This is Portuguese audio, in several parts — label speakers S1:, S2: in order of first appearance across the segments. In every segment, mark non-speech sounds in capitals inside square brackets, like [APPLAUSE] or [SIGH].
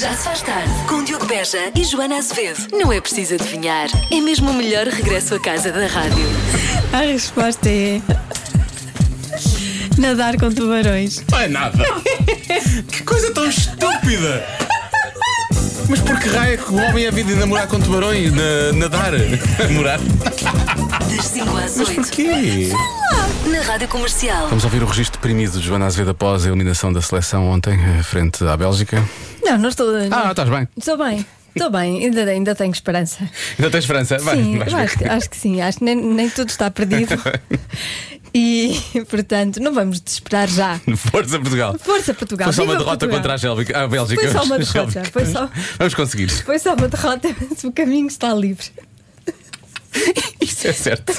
S1: Já se faz tarde com Diogo Beja e Joana Azevedo. Não é preciso adivinhar, é mesmo o melhor regresso à casa da rádio.
S2: A resposta é. Nadar com tubarões.
S3: Não é nada. que coisa tão estúpida. Mas por que raio é que o homem é vida de namorar com tubarões? Na, nadar? [LAUGHS] Namorar?
S1: Das 5 às 8,
S3: Porquê?
S1: na rádio comercial.
S3: Vamos ouvir o registro deprimido de Joana Azevedo após a eliminação da seleção ontem, eh, frente à Bélgica.
S2: Não, não estou. não.
S3: Ah, estás bem.
S2: Estou bem, estou bem, ainda, ainda tenho esperança.
S3: Ainda tens França? Vai,
S2: sim,
S3: vais
S2: eu
S3: ver.
S2: acho, que- acho que sim, acho que nem, nem tudo está
S3: [LAUGHS]
S2: perdido. E, portanto, não vamos desesperar já.
S3: Força Portugal.
S2: Força, Portugal!
S3: Foi só uma
S2: Viva
S3: derrota
S2: Portugal.
S3: contra a, Gélvica, a Bélgica.
S2: Foi só uma derrota,
S3: Gélvica.
S2: foi só-
S3: Vamos conseguir.
S2: Foi só uma derrota, mas o caminho está livre.
S3: Isso é
S2: [LAUGHS]
S3: certo.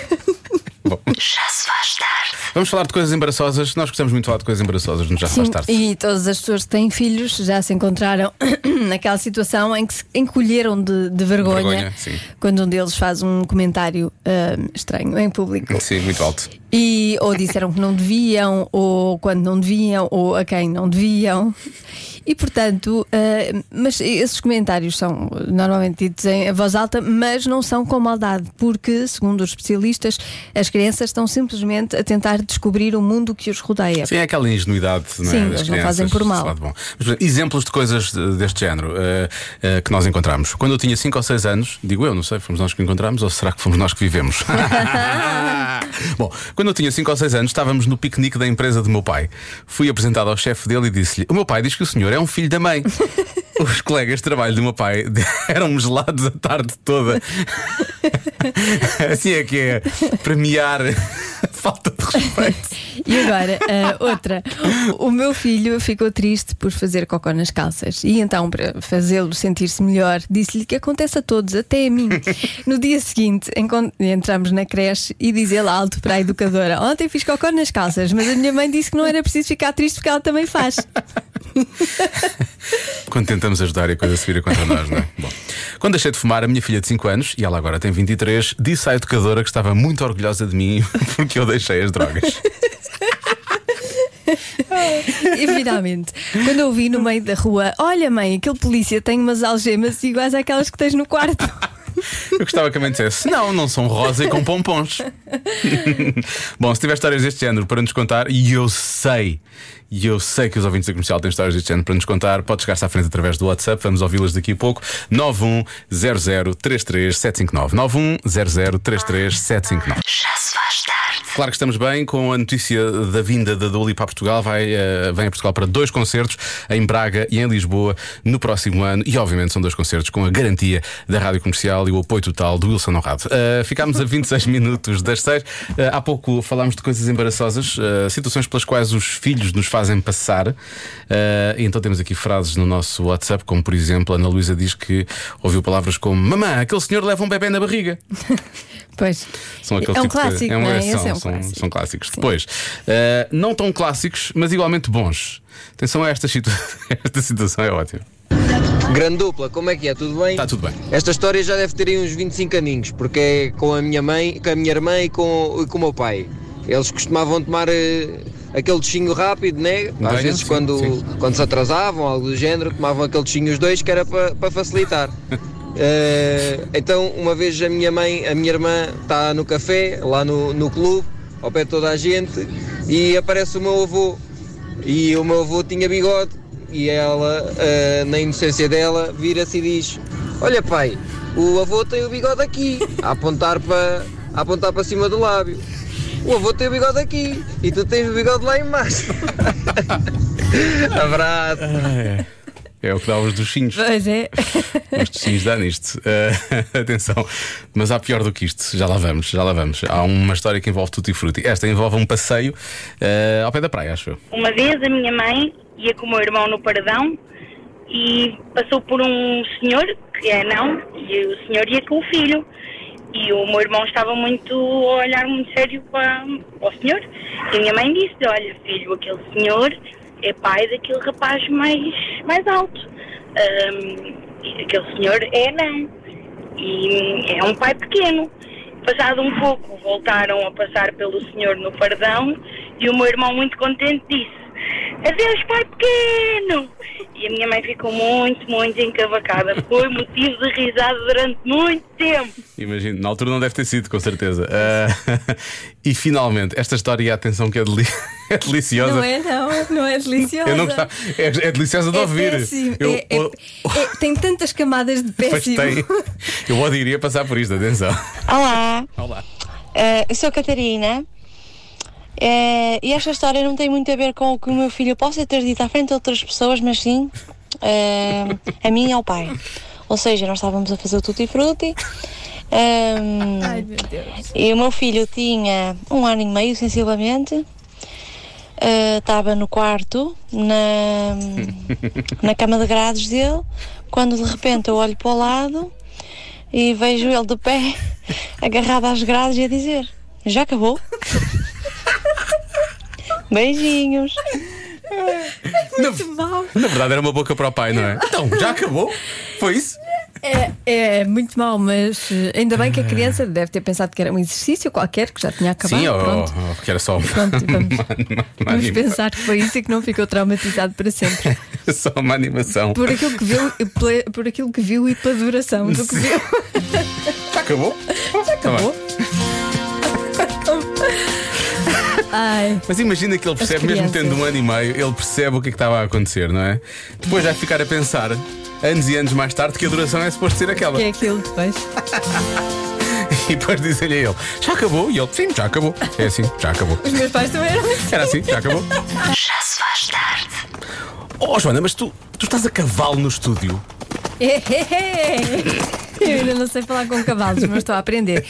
S3: Bom,
S1: Já se faz tarde.
S3: vamos falar de coisas embaraçosas. Nós gostamos muito de falar de coisas embaraçosas, não já faz
S2: Sim,
S3: tarde.
S2: e todas as pessoas que têm filhos já se encontraram [COUGHS] naquela situação em que se encolheram de, de vergonha,
S3: Vergonha, sim.
S2: quando um deles faz um comentário hum, estranho em público.
S3: Sim, muito alto.
S2: E ou disseram que não deviam, ou quando não deviam, ou a quem não deviam. E portanto, eh, mas esses comentários são normalmente ditos em voz alta, mas não são com maldade, porque, segundo os especialistas, as crianças estão simplesmente a tentar descobrir o mundo que os rodeia.
S3: Sim, é aquela ingenuidade não é,
S2: Sim,
S3: das
S2: eles
S3: crianças.
S2: não fazem por mal.
S3: sei lá de bom. Mas, por exemplo, exemplos de coisas de- deste género eh, eh, que nós encontramos. Quando eu tinha 5 ou 6 anos, digo eu, não sei, fomos nós que encontramos ou será que fomos nós que
S2: [LAUGHS]
S3: vivemos? bom, quando eu tinha 5 ou 6 anos, estávamos no piquenique da empresa do meu pai. Fui apresentado ao chefe dele e disse-lhe: O meu pai diz que o senhor é um filho
S2: [LAUGHS]
S3: da mãe. Os colegas de trabalho do meu pai [LAUGHS] eram gelados a tarde
S2: [LAUGHS]
S3: toda. assim é que é premiar [LAUGHS] a falta de respeito.
S2: E agora, eh, outra. O meu filho ficou triste por fazer cocó nas calças. E então, para fazê-lo sentir-se melhor, disse-lhe que acontece a todos, até a mim. No dia seguinte, encon- entramos na creche e diz ele alto para a educadora: Ontem fiz cocó nas calças, mas a minha mãe disse que não era preciso ficar triste porque ela também faz.
S3: Quando tentamos ajudar e a coisa se vira contra nós, não é? Bom, quando deixei de fumar, a minha filha de 5 anos, e ela agora tem 23, disse à educadora que estava muito orgulhosa de mim [LAUGHS] porque eu deixei as drogas.
S2: E finalmente, quando eu vi no meio da rua: Olha, mãe, aquele polícia tem umas algemas iguais àquelas que tens no quarto.
S3: Eu gostava que a mãe dissesse: não, não são rosa e com pompons. Bom, se tiver histórias deste género para nos contar, e eu sei, e eu sei que os ouvintes da comercial têm histórias deste género para nos contar, pode chegar-se à frente através do WhatsApp, vamos ouvi-las daqui a pouco. 910033759. 910033759.
S1: Já se faz tarde.
S3: Claro que estamos bem com a notícia da vinda da Dua Lipa a Portugal. Vai, eh, vem a Portugal para dois concertos em Braga e em Lisboa no próximo ano. E obviamente são dois concertos com a garantia da rádio comercial e o apoio total do Wilson Honrado. Eh, ficámos a 26 [LAUGHS] minutos das seis. Eh, há pouco falámos de coisas embaraçosas, eh, situações pelas quais os filhos nos fazem passar. Eh, e então temos aqui frases no nosso WhatsApp, como por exemplo, a Ana Luísa diz que ouviu palavras como: Mamã, aquele senhor leva um bebê na barriga.
S2: Pois.
S3: São aquele
S2: é um
S3: tipo de-
S2: clássico, não é?
S3: são,
S2: Esse é um
S3: são-
S2: clássico.
S3: são clássicos. Depois, eh, não tão clássicos, mas igualmente bons. Atenção a esta, situ... [LAUGHS] esta situação, é ótima.
S4: Grande dupla, como é que é? Tudo bem?
S3: Está Tá tudo bem.
S4: Esta história já deve ter aí uns 25 aninhos, porque é com a minha mãe, com a minha irmã e com, e com o meu pai. Eles costumavam tomar eh, aquele tchinho rápido, né? Às
S3: Bem,
S4: vezes
S3: Então, sim,
S4: quando,
S3: sim.
S4: quando se atrasavam, algo do género, tomavam aquele tchinho os dois que era
S3: [LAUGHS]
S4: para facilitar. Eh, então, uma vez a minha mãe, a minha irmã está no café, lá no, no clube, ao pé de toda a gente, e aparece o meu avô. E o meu avô tinha bigode e ela, ah, na inocência dela, vira-se e diz: Olha pai, o avô tem o bigode aqui, a apontar para a apontar para cima do lábio. O avô tem o bigode aqui e tu tens o bigode lá [LAUGHS] embaixo. Abraço.
S3: É o que dá os duchinhos.
S2: Pois é.
S3: Os duchinhos dá nisto. Eh, [LAUGHS] atenção. Mas há pior do que isto. Já lá vamos, já lá vamos. Há uma história que envolve tudo e fruto. Esta envolve um passeio eh, ao pé da praia, acho eu.
S5: Uma vez a minha mãe ia com o meu irmão no paradão e passou por um senhor, que é não, e o senhor ia com o filho. E o meu irmão estava muito a olhar muito sério para, para o senhor. E a minha mãe disse: Olha, filho, aquele senhor é pai daquele rapaz mais, mais alto. Ahm, e aquele senhor é não e é um pai pequeno. Passado um pouco, voltaram a passar pelo senhor no pardão e o meu irmão, muito contente, disse: Adeus, pai pequeno! E a minha mãe ficou muito, muito encavacada. Foi motivo de risada durante muito tempo.
S3: Imagino, na altura não deve ter sido, com certeza. Ah, [LAUGHS] e finalmente, esta história e a atenção que é, deli- [LAUGHS] é deliciosa.
S2: Não é, não, não [LAUGHS] é deliciosa.
S3: Eu não gostava. É, é deliciosa de
S2: É
S3: ouvir.
S2: péssimo.
S3: Eu,
S2: É- é-
S3: o-
S2: é- tem tantas camadas de
S3: Pois
S2: péssimo.
S3: tem. Eu odiaria passar por isto, atenção.
S6: Olá,
S3: Olá.
S6: eh, eu sou a Catarina eh, e esta história não tem muito a ver com o que o meu filho possa ter dito à frente de outras pessoas, mas sim eh, a mim e ao pai. Ou seja, nós estávamos a fazer o tutti frutti ehm,
S2: Ai, meu Deus.
S6: e o meu filho tinha um ano e meio, sensivelmente. eh, Estava no quarto, na, na cama de grados dele, quando de repente eu olho para o lado e vejo ele de pé, agarrado às grades e a dizer:
S7: [LAUGHS]
S6: Já acabou? Beijinhos.
S2: [LAUGHS] Muito mal.
S3: Na verdade era uma boca para o pai, não é? Então, já acabou? Foi isso?
S2: É, é muito mal, mas eh, ainda bem que a criança deve ter pensado que era um exercício qualquer, que já tinha acabado.
S3: Sim, ou,
S2: pronto.
S3: ou que era só um.
S2: Pronto, [LAUGHS] vamos-
S3: uma, uma
S2: Vamos
S3: anima-
S2: pensar que foi isso e que não ficou traumatizado para sempre.
S3: só uma [LAUGHS] animação.
S2: Por aquilo que viu, e pela- por aquilo que viu e pela duração do que [LAUGHS] viu.
S3: Já acabou? Já
S2: Acabou. Ai,
S3: Mas imagina que ele percebe, mesmo
S2: crianças.
S3: tendo um ano e meio, ele percebe o que, é que estava a acontecer, não é? Depois vai ficar a pensar, anos e anos mais tarde, que a duração é suposto ser aquela.
S2: que é aquilo depois.
S3: [LAUGHS] E depois dizem-lhe a ele: Já acabou? E ele: Sim, já acabou. É assim, já acabou.
S2: Os meus pais também eram assim.
S3: Era assim, já acabou.
S1: Já se faz tarde.
S3: Oh, Joana, mas tu, tu estás a cavalo no estúdio?
S2: [LAUGHS] Eu ainda não sei falar com cavalos, mas estou a aprender.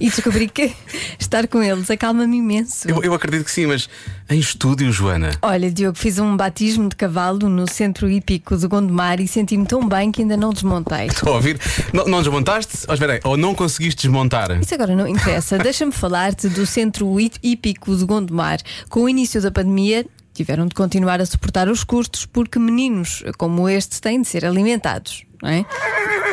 S2: E descobri que estar com eles acalma-me imenso.
S3: Eu, eu acredito que sim, mas em estúdio, Joana.
S2: Olha, Diogo, fiz um batismo de cavalo no centro hípico de Gondomar e senti-me tão bem que ainda não desmontei.
S3: Estou a ouvir. Não, não desmontaste? Oh, espera aí, ou não conseguiste desmontar?
S2: Isso agora não interessa. Deixa-me falar-te do centro hí- hípico de Gondomar. Com o início da pandemia, tiveram de continuar a suportar os custos porque meninos como este têm de ser alimentados, não é?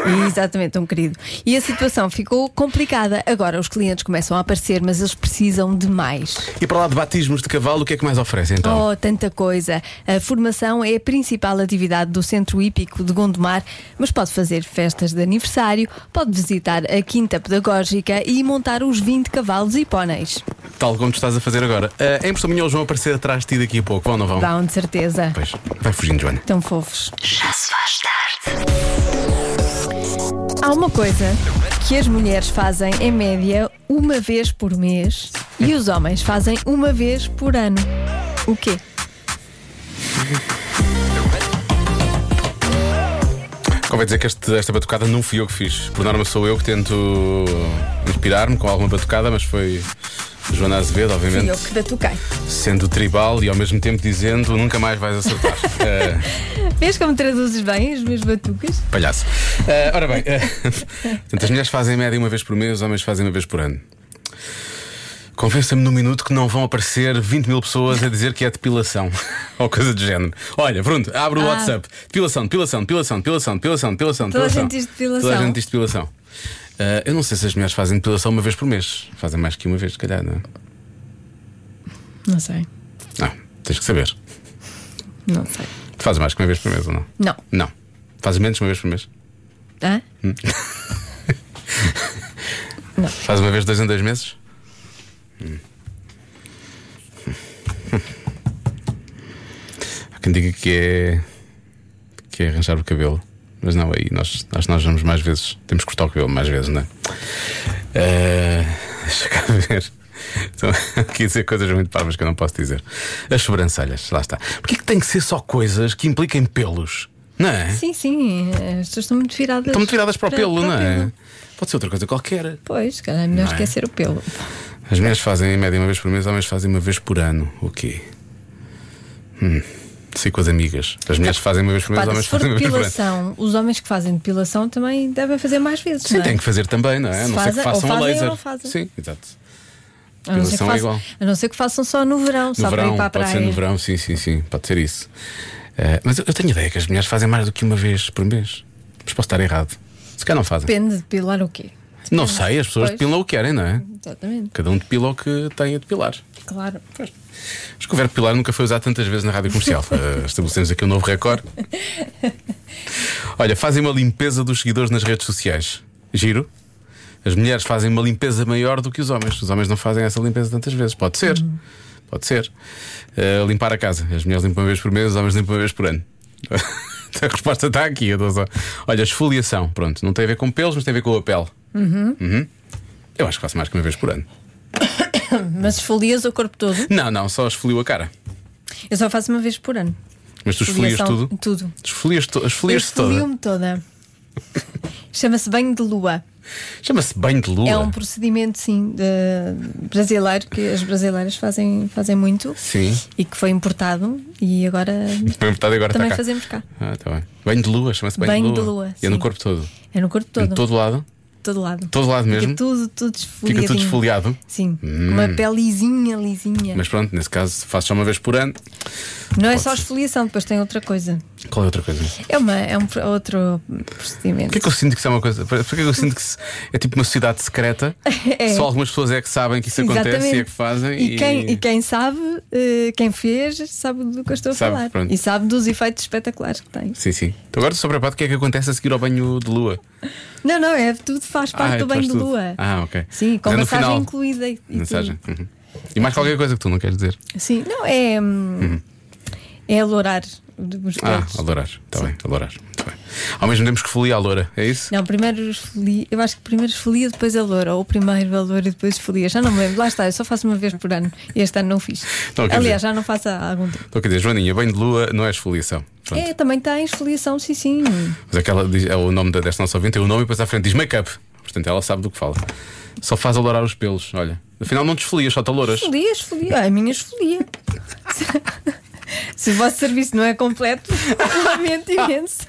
S2: E, Exatamente, tão querido. E a situação ficou complicada. Agora os clientes começam a aparecer, mas eles precisam de mais.
S3: E para lá de batismos de cavalo, o que é que mais oferece então?
S2: Oh, tanta coisa! A formação é a principal atividade do Centro Hípico de Gondomar, mas pode fazer festas de aniversário, pode visitar a Quinta Pedagógica e montar os 20 cavalos e póneis.
S3: Tal como tu estás a fazer agora. Ah, em Portugal, eles vão aparecer atrás de ti daqui a pouco, vão ou não vão?
S2: Dão de certeza.
S3: Pois, vai fugindo, Joana.
S2: Tão fofos.
S1: Já se faz tarde.
S2: Há uma coisa que as mulheres fazem, em média, uma vez por mês e os homens fazem uma vez por ano. O quê?
S3: Convém dizer que este- esta batucada não fui eu que fiz. Por norma sou eu que tento inspirar-me com alguma batucada, mas foi Joana Azevedo,
S2: Fui
S3: obviamente.
S2: eu que batuquei.
S3: Sendo tribal e ao mesmo tempo dizendo nunca mais vais acertar. [LAUGHS] Eh,
S2: Vês como traduzes bem as minhas batucas?
S3: palhaço. Eh, ora bem, eh, [LAUGHS] portanto, as mulheres fazem em média uma vez por mês, os homens fazem uma vez por ano. Convença-me num minuto que não vão aparecer 20 mil pessoas a dizer que é depilação [LAUGHS] ou coisa do género. Olha, pronto, abre o
S2: Ah.
S3: WhatsApp. Depilação, depilação, depilação, depilação, depilação,
S2: Toda a
S3: depilação. depilação.
S2: gente diz depilação.
S3: Toda a gente diz depilação. Eh, eu não sei se as mulheres fazem depilação uma vez por mês. Fazem mais que uma vez, se calhar, não é?
S2: Não sei.
S3: Não, tens que saber.
S2: Não sei.
S3: Fazes mais que uma vez por mês ou não?
S2: Não.
S3: Não. Fazes menos que uma vez por mês?
S2: Hã?
S3: Faz uma vez dois em dois meses? Hum. [LAUGHS] Há quem diga que é. que é arranjar o cabelo. Mas não, aí nós, acho que nós vamos mais vezes. Temos que cortar o cabelo mais vezes, não é? Eh, [LAUGHS] deixa cá ver. Então, aqui a dizer coisas muito parvas que eu não posso dizer. As sobrancelhas, lá está. Porquê que tem que ser só coisas que impliquem pelos? Não é?
S2: Sim, sim, as pessoas estão muito viradas.
S3: Estão muito viradas para o pelo,
S2: para
S3: não
S2: o
S3: é?
S2: pelo.
S3: Pode ser outra coisa qualquer.
S2: Pois, se calhar é melhor
S3: Não é?
S2: esquecer o pelo.
S3: As mulheres fazem em média uma vez por mês, os homens fazem uma vez por ano. O quê? Hum, sei com as amigas. As mulheres fazem uma vez por mês, os
S2: Repara,
S3: homens
S2: se for
S3: fazem uma vez por ano.
S2: depilação, os homens que fazem depilação também devem fazer mais vezes.
S3: Sim,
S2: não é?
S3: tem que fazer também, não é? A
S2: Se
S3: não ser
S2: fazem-
S3: que façam
S2: ou
S3: a
S2: fazem
S3: laser.
S2: ou não fazem.
S3: Sim, exato.
S2: a, não ser que
S3: depilação é
S2: façam-
S3: igual.
S2: a não ser que façam só no verão,
S3: No
S2: só para
S3: verão,
S2: ir para a
S3: pode
S2: praia.
S3: ser no verão, sim, sim, sim, pode ser isso. Eh, mas eu, eu tenho ideia que as mulheres fazem mais do que uma vez por mês. Mas posso estar errado. Se calhar não fazem.
S2: Depende de depilar o quê? depende.
S3: Não sei, as pessoas
S2: Pois,
S3: depilam o que querem, não é?
S2: Exatamente,
S3: Cada um depila o que tem a depilar.
S2: claro.
S3: Acho que o verbo pilar nunca foi usado tantas vezes na rádio [LAUGHS] comercial. Eh, estabelecemos aqui um novo recorde. Olha, fazem uma limpeza dos seguidores nas redes sociais. Giro. As mulheres fazem uma limpeza maior do que os homens. Os homens não fazem essa limpeza tantas vezes. Pode ser. Pode ser. Eh, limpar a casa. As mulheres limpam uma vez por mês, os homens limpam uma vez por ano. [LAUGHS] a resposta está aqui. eu dou só. Olha, esfoliação. Pronto. Não tem a ver com pelos, mas tem a ver com a pele. Uhum. Eu acho que faço mais que uma vez por ano.
S2: Mas esfolias o corpo todo?
S3: Não, não. Só esfolio a cara.
S2: Eu só faço uma vez por ano.
S3: Mas tu esfolias
S2: Esfoliação,
S3: tudo?
S2: Tudo.
S3: Esfolias, to esfolias toda.
S2: Esfolio-me toda.
S3: [LAUGHS]
S2: Chama-se banho de lua.
S3: Chama-se banho de lua.
S2: É um procedimento, sim, de- brasileiro, que as brasileiras fazem, fazem muito.
S3: Sim.
S2: E que foi importado e agora
S3: Bem, portanto, agora
S2: também
S3: está cá.
S2: fazemos cá.
S3: Ah, tá bem. Banho de lua, chama-se banho,
S2: Banho
S3: de
S2: de
S3: lua.
S2: lua,
S3: e é no
S2: sim.
S3: corpo todo.
S2: é no corpo todo,
S3: De todo lado.
S2: todo lado.
S3: Todo lado mesmo.
S2: Fica tudo, tudo esfoliadinho.
S3: Fica tudo esfoliado. Hum.
S2: Sim, uma pelezinha lisinha.
S3: Mas pronto, nesse caso faço só uma vez por ano.
S2: não é
S3: pode
S2: só
S3: ser.
S2: esfoliação, depois tem outra coisa.
S3: Qual é outra coisa?
S2: É, uma, é um pro- outro procedimento.
S3: Porquê que eu sinto que isso é uma coisa? Porquê que eu sinto que isso é tipo uma sociedade secreta?
S2: [LAUGHS] É.
S3: Só algumas pessoas é que sabem que isso acontece e é que fazem.
S2: E, Quem, e quem sabe, eh, quem fez, sabe do que eu estou a
S3: Sabe,
S2: falar.
S3: pronto.
S2: E sabe dos efeitos espetaculares que tem.
S3: Sim, sim. Então agora estou preocupado o que é que acontece a seguir ao banho de lua.
S2: Não, não, é tudo faz parte
S3: Ah,
S2: do
S3: faz
S2: banho de
S3: tudo.
S2: lua.
S3: Ah, ok.
S2: Sim, com
S3: Mas é no
S2: massagem
S3: final.
S2: incluída. e- e tudo.
S3: Mensagem. Uhum. E mais qualquer coisa que tu não queres dizer.
S2: Sim, não, é. hum, É alourar os
S3: Uhum. Ah,
S2: dedos.
S3: adorar. Está bem, adorar. Muito bem. Ao mesmo tempo que folia a loura, é isso?
S2: Não, primeiro esfolia, eu acho que primeiro esfolia, depois a loura, ou primeiro a loura e depois esfolia. Já não me lembro, lá está, eu só faço uma vez por ano e este ano não fiz.
S3: Não, Então, quer
S2: Aliás,
S3: dizer-
S2: já não faço há algum tempo.
S3: Estou a dizer, Joaninha, banho de lua não é esfoliação. Pronto.
S2: É, também tem esfoliação, sim, sim.
S3: Mas é que ela diz, é o nome da- desta nossa ouvinte, é o nome e depois à frente diz make-up. Portanto, ela sabe do que fala. Só faz alourar os pelos, olha. Afinal, não desfolias, só te alouras.
S2: Esfolia, esfolia, Ah, a minha esfolia. Se o vosso serviço não é completo, lamento imenso.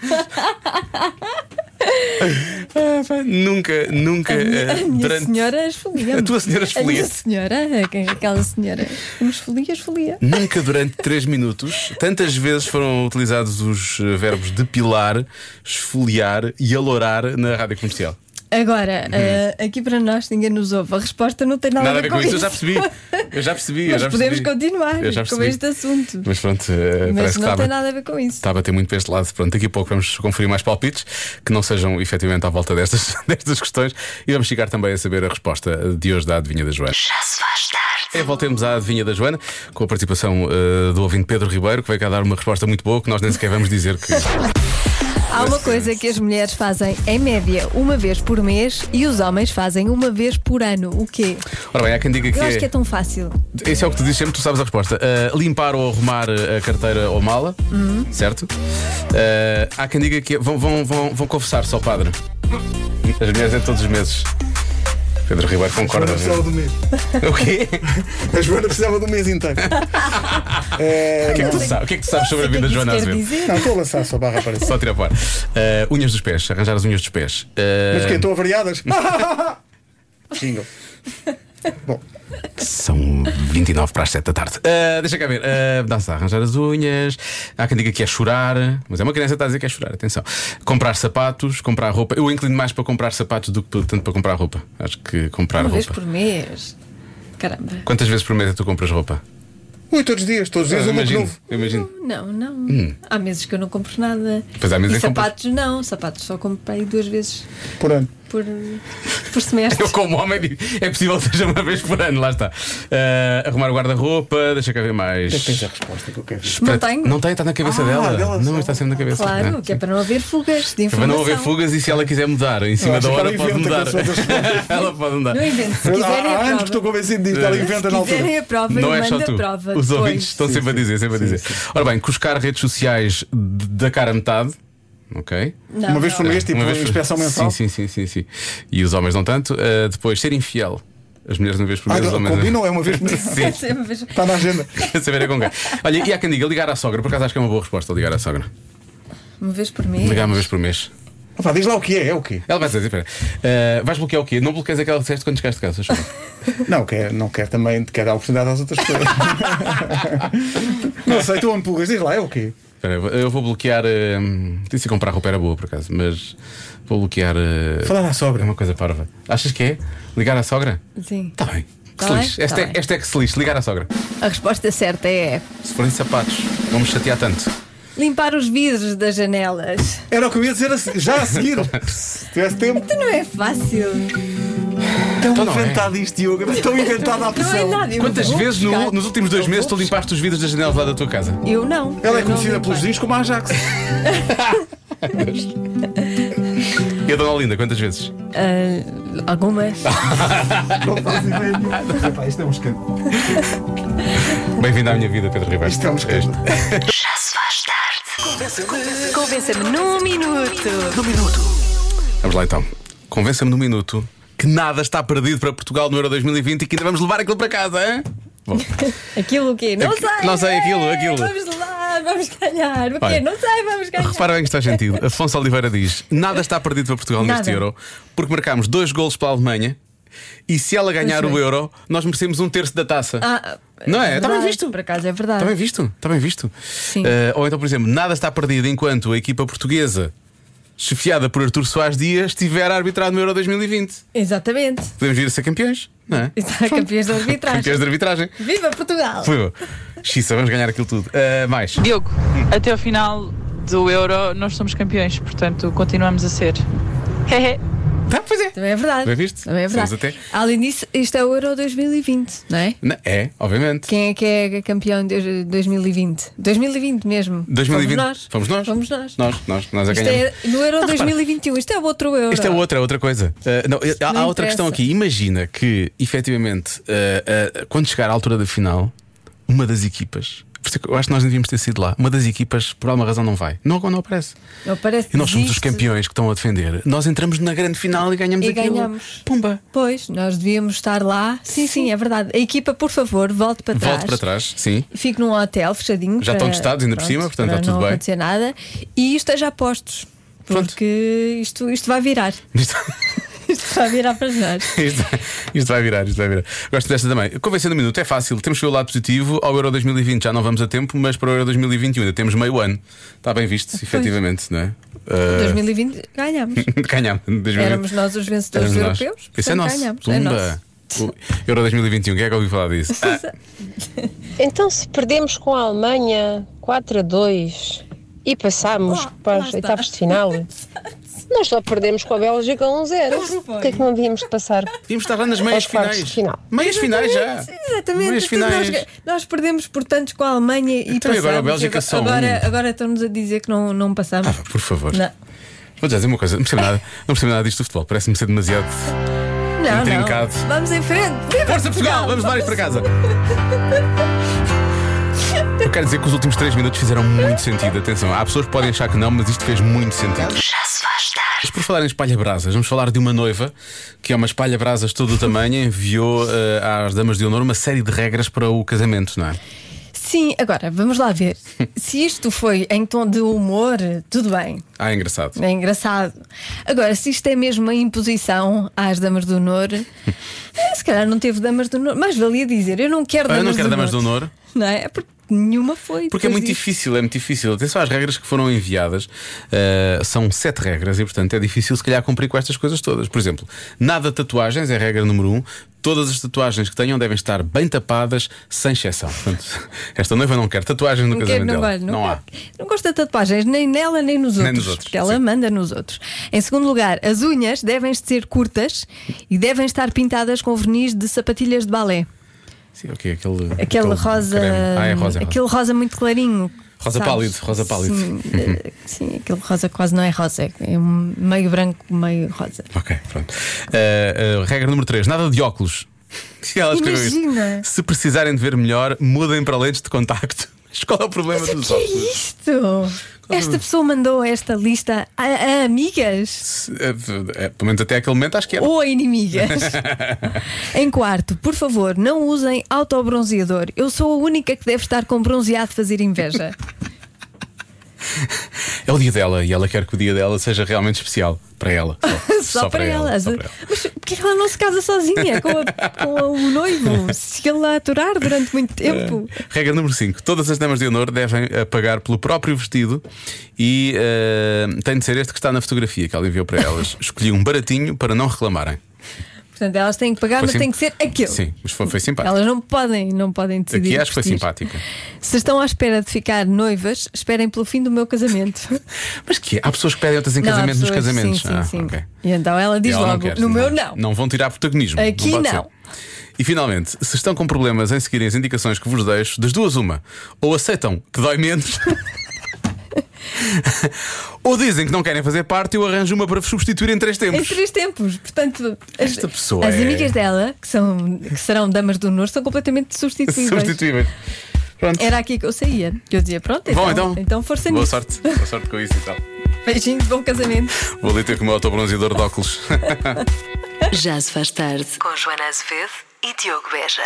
S3: Nunca, nunca.
S2: A
S3: eh,
S2: minha
S3: Ah, durante-
S2: senhora esfolia.
S3: A tua senhora é
S2: A minha
S3: esfolia-te.
S2: senhora, aqu- aquela senhora. é Me esfolia, esfolia.
S3: Nunca durante 3 minutos, tantas vezes foram utilizados os eh, verbos depilar, esfoliar e alourar na rádio comercial.
S2: Agora, eh, aqui para nós ninguém nos ouve. A resposta não tem nada,
S3: Hum. Nada a ver com isso, eu já percebi. Eu já percebi. eu
S2: Mas
S3: já
S2: podemos
S3: percebi.
S2: continuar
S3: Eu já
S2: com
S3: percebi.
S2: este assunto.
S3: Mas pronto, eh,
S2: Mas
S3: parece que
S2: não
S3: estava.
S2: tem nada a ver com isso.
S3: Está a bater muito para este lado. Pronto, daqui a pouco vamos conferir mais palpites que não sejam efetivamente à volta destas, [LAUGHS] destas questões e vamos chegar também a saber a resposta de hoje da Adivinha da Joana.
S1: Já se faz tarde.
S3: É, voltemos à Adivinha da Joana com a participação eh, do ouvinte Pedro Ribeiro que veio cá dar uma resposta muito boa que nós nem sequer vamos
S2: [LAUGHS]
S3: dizer que.
S2: Há uma coisa que as mulheres fazem, em média, uma vez por mês e os homens fazem uma vez por ano. O quê?
S3: Ora bem, há quem diga que.
S2: Eu acho que é
S3: É...
S2: tão fácil.
S3: Esse é o que tu dizes sempre, tu sabes a resposta. Eh, limpar ou arrumar a carteira ou mala, certo? Eh, há quem diga que. é- Vão, vão, vão, vão confessar-se ao padre. As mulheres é todos os meses. Pedro Ribeiro concorda.
S8: Joana
S3: não
S8: precisava do mês.
S3: é? O quê?
S8: [LAUGHS] A Joana precisava do mês inteiro.
S3: O que, é que tu sabes, o que é que tu sabes sobre a vida de
S2: Isso
S3: Joana
S2: quer
S3: Azevedo?
S2: dizer?
S8: Não, estou a lançar só barra para isso.
S3: Só tirar fora. Eh, unhas dos pés, arranjar as unhas dos pés. Eh,
S8: Mas o quê? Estão [LAUGHS] avariadas? Jingle. Bom,
S3: São 29 para as 7 da tarde. Eh, deixa cá ver. Eh, dançar, arranjar as unhas. Há quem diga que é chorar. Mas é uma criança que está a dizer que é chorar, atenção. Comprar sapatos, comprar roupa. Eu inclino mais para comprar sapatos do que para- tanto para comprar roupa. Acho que comprar
S2: Uma vez
S3: roupa.
S2: por mês. Caramba.
S3: Quantas vezes por mês é que tu compras roupa?
S8: ui, todos os dias, todos os dias
S3: Eu
S8: um look
S3: imagino,
S8: novo.
S3: eu imagino. [LAUGHS]
S2: Não, não. Há meses que eu não compro nada.
S3: Hum. Pois há meses
S2: e
S3: em que compras.
S2: sapatos não, sapatos só compro para aí duas vezes
S8: Por ano.
S2: por, por semestre.
S3: Eu, como homem, digo, é possível que seja uma vez por ano, lá está. Eh, arrumar o guarda-roupa, deixa cá ver mais.
S8: Tens a resposta que eu quero ver.
S2: Não tenho.
S3: Não tem, está na cabeça
S8: Ah,
S3: dela.
S8: dela
S3: não,
S8: só.
S3: está sempre na cabeça.
S2: Claro,
S3: É.
S2: que é para não haver fugas de
S3: É Para
S2: informação.
S3: não haver fugas e se ela quiser mudar em cima
S8: acho
S3: da
S8: que
S3: hora
S8: ela
S3: pode
S8: inventa
S3: mudar. [LAUGHS]
S8: quando são outras
S3: ela pode mudar.
S2: Não invente, se
S8: Há-
S2: quiserem
S3: Ah,
S8: Há
S2: a
S8: anos que
S2: prova.
S8: estou convencido disto, ela inventa
S2: Se
S8: na altura.
S2: quiserem a prova,
S3: Não
S2: eu
S3: é só
S2: mando
S3: tu.
S2: a prova.
S3: Os
S2: depois.
S3: ouvintes estão sempre a dizer, sempre a dizer. Ora bem, cuscar redes sociais d- da cara a metade. Ok.
S2: Não,
S8: Uma vez
S2: não.
S8: por mês, tipo,
S3: Uma
S8: uma
S3: vez por-
S8: inspeção mensal.
S3: Sim, sim, sim, sim, sim. E os homens não tanto. Uh, depois, ser infiel. As mulheres uma vez por
S8: Ah,
S3: mês, os
S8: não,
S3: homens. [LAUGHS]
S8: combinam, é uma vez por mês.
S3: Sim,
S2: É [LAUGHS] uma vez-
S8: Está na agenda.
S3: quer saber é com quem. Olha, e há quem diga ligar à sogra, por acaso acho que é uma boa resposta ligar à sogra.
S2: Uma vez por mês.
S3: Ligar uma vez por mês.
S8: Ah, pá, diz lá o que é, é o quê?
S3: Ela vai dizer, espera, uh, vais bloquear o quê? Não bloqueias aquela que disseste quando chegaste de casa. acho eu.
S8: Não, quer, não quer [LAUGHS] também, quer dar oportunidade às outras pessoas. não sei, tu me pulgas, diz lá, é o quê?
S3: Espera, eu vou- eu vou bloquear. Uh, disse que comprar roupa era boa, por acaso, mas vou bloquear. eh,
S8: Falar à
S3: É
S8: sogra.
S3: uma coisa parva. Achas que é? Ligar à sogra?
S2: Sim.
S3: Está bem. Que
S2: Tá
S3: se
S2: bem,
S3: lixe. Esta,
S2: tá
S3: é-
S2: bem.
S3: esta é que se lixe. Ligar à sogra.
S2: A resposta certa é
S3: Se forem sapatos, vamos chatear tanto.
S2: limpar os vidros das janelas.
S8: Era o que eu ia dizer a se- já a seguir. Se tivesse tempo.
S2: Não é fácil.
S8: Tão
S3: Então não é.
S8: inventado isto, Diogo. mas Tão inventado à
S2: Não é
S8: pressão.
S2: nada. eu
S3: Quantas
S2: vou
S3: vezes no-
S2: buscar.
S3: nos últimos dois
S2: Eu
S3: meses tu
S2: vou
S3: limpaste os vidros das janelas lá da tua casa?
S2: buscar. Eu não.
S8: Ela é
S2: Eu não
S8: conhecida
S2: limpo.
S8: pelos dias como a [LAUGHS] Ajax.
S3: E a dona Olinda, quantas vezes?
S2: Ah, algumas.
S8: Não faz ideia nenhuma. Epá, Isto é um escândalo.
S3: Bem-vindo à minha vida, Pedro Ribeiro.
S8: Isto é um escândalo.
S1: Já se faz tarde. Convença-me num minuto.
S3: Vamos lá então. Convença-me num minuto que nada está perdido para Portugal no Euro 2020 e que ainda vamos levar aquilo para casa, hein? Bom,
S2: Aquilo o quê? Não
S3: Aqui-
S2: sei.
S3: É
S2: É,
S3: não sei, aquilo, aquilo.
S2: Vamos lá, vamos ganhar. O
S3: Olha,
S2: quê? Não sei, vamos ganhar.
S3: repara bem que está sentido. Afonso Oliveira diz: nada está perdido para Portugal neste
S2: Nada.
S3: Euro, porque marcámos dois golos para a Alemanha e se ela ganhar
S2: Pois
S3: o
S2: é.
S3: Euro, nós merecemos um terço da taça.
S2: Ah,
S3: Não é? Está bem
S2: verdade,
S3: visto.
S2: Por acaso é verdade.
S3: Está bem visto, está bem visto.
S2: Sim.
S3: Eh, ou então, por exemplo, nada está perdido enquanto a equipa portuguesa, chefiada por Artur Soares Dias, estiver a arbitrar no Euro 2020.
S2: Exatamente. [LAUGHS]
S3: Podemos vir a ser campeões, não é?
S2: Está campeões de arbitragem.
S3: Campeões de arbitragem.
S2: [LAUGHS] Viva Portugal!
S3: Foi bom. Xissa, vamos ganhar aquilo tudo. Eh, mais.
S9: Diogo, até ao final do Euro nós somos campeões, portanto continuamos a ser.
S3: Tá, pois é.
S2: Também é verdade.
S3: Bem visto.
S2: Também é verdade.
S3: Somos até-
S2: Além disso, isto é o Euro 2020, não é?
S3: Não, é, obviamente.
S2: Quem é que é campeão de 2020? 2020 mesmo.
S3: 2020.
S2: Fomos nós.
S3: Fomos nós.
S2: Fomos nós.
S3: Nós, nós, nós a
S2: Isto
S3: ganhamos. Então
S2: é no Euro 2021. Isto é outro Euro.
S3: Isto é outra, outra coisa. Uh, não, há- há
S2: Não
S3: outra
S2: interessa.
S3: questão aqui. Imagina que, efetivamente, uh, uh, quando chegar à altura da final, uma das equipas. por isso é que Eu acho que nós devíamos ter sido lá. Uma das equipas, por alguma razão, não vai. Não, não aparece.
S2: Não parece que
S3: E nós somos os
S2: existe.
S3: campeões que estão a defender. Nós entramos na grande final e ganhamos
S2: E
S3: aquilo.
S2: ganhamos.
S3: Pumba.
S2: Pois, nós devíamos estar lá. Sim, sim, é verdade. A equipa, por favor, volte para trás.
S3: Volte para trás, sim. [LAUGHS]
S2: Fique num hotel fechadinho. para-
S3: Já estão testados ainda por
S2: pronto,
S3: cima, portanto,
S2: para
S3: está tudo
S2: não
S3: bem.
S2: acontecer nada. E esteja a postos.
S3: Pronto.
S2: Porque isto, isto vai virar. [LAUGHS]
S3: Isto,
S2: Isto vai virar para nós.
S3: isto- isto vai virar, isto vai virar. Gosto desta também. Convencendo o minuto, é fácil. Temos que ver o lado positivo. Ao Euro 2020 já não vamos a tempo, mas para o Euro 2021 ainda temos meio ano. Está bem
S2: Ah,
S3: visto, efetivamente, não é? Uh,
S2: 2020 ganhamos.
S3: [LAUGHS] Ganhámos. em 2020.
S2: Éramos nós os vencedores
S3: Éramos nós.
S2: europeus.
S3: Isso é
S2: portanto,
S3: nosso.
S2: Ganhamos.
S3: Pumba.
S2: É nosso.
S3: O Euro 2021, quem é que ouviu falar
S2: [LAUGHS]
S3: disso? Ah,
S7: Então, se perdemos com a Alemanha 4 a 2 e passamos
S2: Lá-
S7: para
S2: lá
S7: as
S2: está.
S7: oitavas de
S2: [LAUGHS]
S7: final, nós só perdemos com a Bélgica 1 a 0. Por que é que não devíamos passar?
S3: Devíamos estar lá nas meias
S7: Aos quartos
S3: finais.
S7: de final.
S3: Meias finais já.
S2: Exatamente.
S3: Meias
S2: Então
S3: finais.
S2: Nós, nós perdemos, portanto, com a Alemanha e
S3: Então, e agora a
S2: passamos.
S3: Bélgica
S2: Agora-
S3: só um. Ah,
S2: agora, agora estamos a dizer que não, não passamos.
S3: Por favor.
S2: Não.
S3: Vou dizer uma coisa, não percebo nada, não percebo nada disto do futebol. Parece-me ser demasiado.
S2: Não, não.
S3: Intrincado.
S2: Vamos em frente. Viva
S3: Força Portugal, vamos levar isto para casa. Eu quero dizer que os últimos três minutos fizeram muito sentido. Atenção, há pessoas que podem achar que não, mas isto fez muito sentido.
S1: Já se faz tarde.
S3: Mas por falar em espalha-brasas, vamos falar de uma noiva que é uma espalha-brasas de todo o tamanho enviou eh, às damas de honor uma série de regras para o casamento, não é?
S2: Sim, agora vamos lá
S3: [LAUGHS]
S2: ver. Se isto foi em tom de humor, tudo bem,
S3: Ah, é engraçado.
S2: é engraçado. Agora, se isto é mesmo uma imposição às damas do honor,
S3: [LAUGHS]
S2: eh, se calhar não teve damas do honor. Mais valia dizer, eu não quero
S3: Ah,
S2: damas
S3: eu não quero
S2: do
S3: damas
S2: honor.
S3: do honor.
S2: Não é? Porque nenhuma foi.
S3: Porque é
S2: depois
S3: muito
S2: disto.
S3: difícil, é muito difícil. Atenção às regras que foram enviadas. eh, são sete regras e, portanto, é difícil se calhar cumprir com estas coisas todas. Por exemplo, nada tatuagens é a regra número um. Todas as tatuagens que tenham devem estar bem tapadas, sem exceção. Portanto, [LAUGHS] esta noiva não quer tatuagens no
S2: Não, quero,
S3: casamento
S2: não,
S3: dela.
S2: gosto, não,
S3: não há.
S2: quero. Não gosto de tatuagens, nem nela nem nos
S3: Nem
S2: outros.
S3: nos outros,
S2: porque ela
S3: sim.
S2: manda nos outros. Em segundo lugar, as unhas devem ser curtas e devem estar pintadas com verniz de sapatilhas de balé.
S3: Sim, ok, aquele,
S2: Aquele rosa.
S3: creme. Ah, é rosa. é rosa.
S2: Aquele rosa muito clarinho.
S3: Rosa pálido, rosa pálido. [LAUGHS]
S2: Sim, eh, sim, aquele rosa quase não é rosa, é um meio branco, meio rosa.
S3: Ok, pronto. Uh, uh, regra número 3: nada de óculos. [LAUGHS] Se ela escreveu isto.
S2: Imagina.
S3: Se precisarem de ver melhor, mudem para lentes de contacto. [LAUGHS] Mas qual é o problema
S2: Mas o
S3: dos
S2: que é
S3: óculos?
S2: isto? Esta pessoa mandou esta lista a, a amigas
S3: Se- é, é, Pelo menos até aquele momento acho que era.
S2: ou a
S3: [LAUGHS]
S2: inimigas? em quarto, por favor, não usem autobronzeador.
S3: [LAUGHS]
S2: Eu sou a única que deve estar com bronzeado fazer inveja.
S3: É o dia dela e ela quer que o dia dela seja realmente especial
S2: [LAUGHS]
S3: para ela.
S2: Só, para, ela.
S3: só para ela.
S2: Mas porquê que ela não se casa sozinha com, a-
S3: [LAUGHS]
S2: com o noivo? Se ele a aturar durante muito
S3: É.
S2: tempo.
S3: Regra número 5. Todas as damas de honor devem eh, pagar pelo próprio vestido e eh, tem de ser este que está na fotografia que ela enviou para
S2: [LAUGHS]
S3: elas. Escolhi um baratinho para não reclamarem.
S2: Portanto, elas têm que pagar,
S3: Foi
S2: Ah, mas
S3: sim-
S2: tem que ser aquele.
S3: Sim, mas foi, foi simpático.
S2: Elas não podem, não podem decidir.
S3: Aqui acho que foi
S2: vestir.
S3: simpática.
S2: Se estão à espera de ficar noivas, esperem pelo fim do meu
S3: [LAUGHS]
S2: casamento.
S3: Mas que é? Há pessoas que pedem outras em
S2: Não, há
S3: casamento nos
S2: pessoas-
S3: casamentos.
S2: Sim, sim,
S3: Ah,
S2: sim.
S3: ok.
S2: E então ela diz
S3: Ela não
S2: logo:
S3: quer,
S2: no meu, não.
S3: não. Não vão tirar protagonismo.
S2: Aqui
S3: pode
S2: não.
S3: ser. E finalmente, se estão com problemas em seguir as indicações que vos deixo, das duas, uma, ou aceitam que dói menos, [LAUGHS] ou dizem que não querem fazer parte, eu arranjo uma para vos substituir em três tempos.
S2: Em
S3: [LAUGHS]
S2: três tempos. Portanto, as,
S3: Esta pessoa
S2: as
S3: é-
S2: amigas dela, que, são, que serão damas do honor, são completamente substituíveis.
S3: Substituíveis. Pronto.
S2: Era aqui que eu saía. Que eu dizia: pronto,
S3: Bom,
S2: então,
S3: então.
S2: força
S3: Boa
S2: nisso.
S3: sorte. Boa sorte com isso e tal.
S2: [LAUGHS] Beijinhos, bom casamento.
S3: Vou ali ter com o meu autobronzeador de óculos.
S1: Já se faz tarde com Joana Azevedo e Diogo Beja.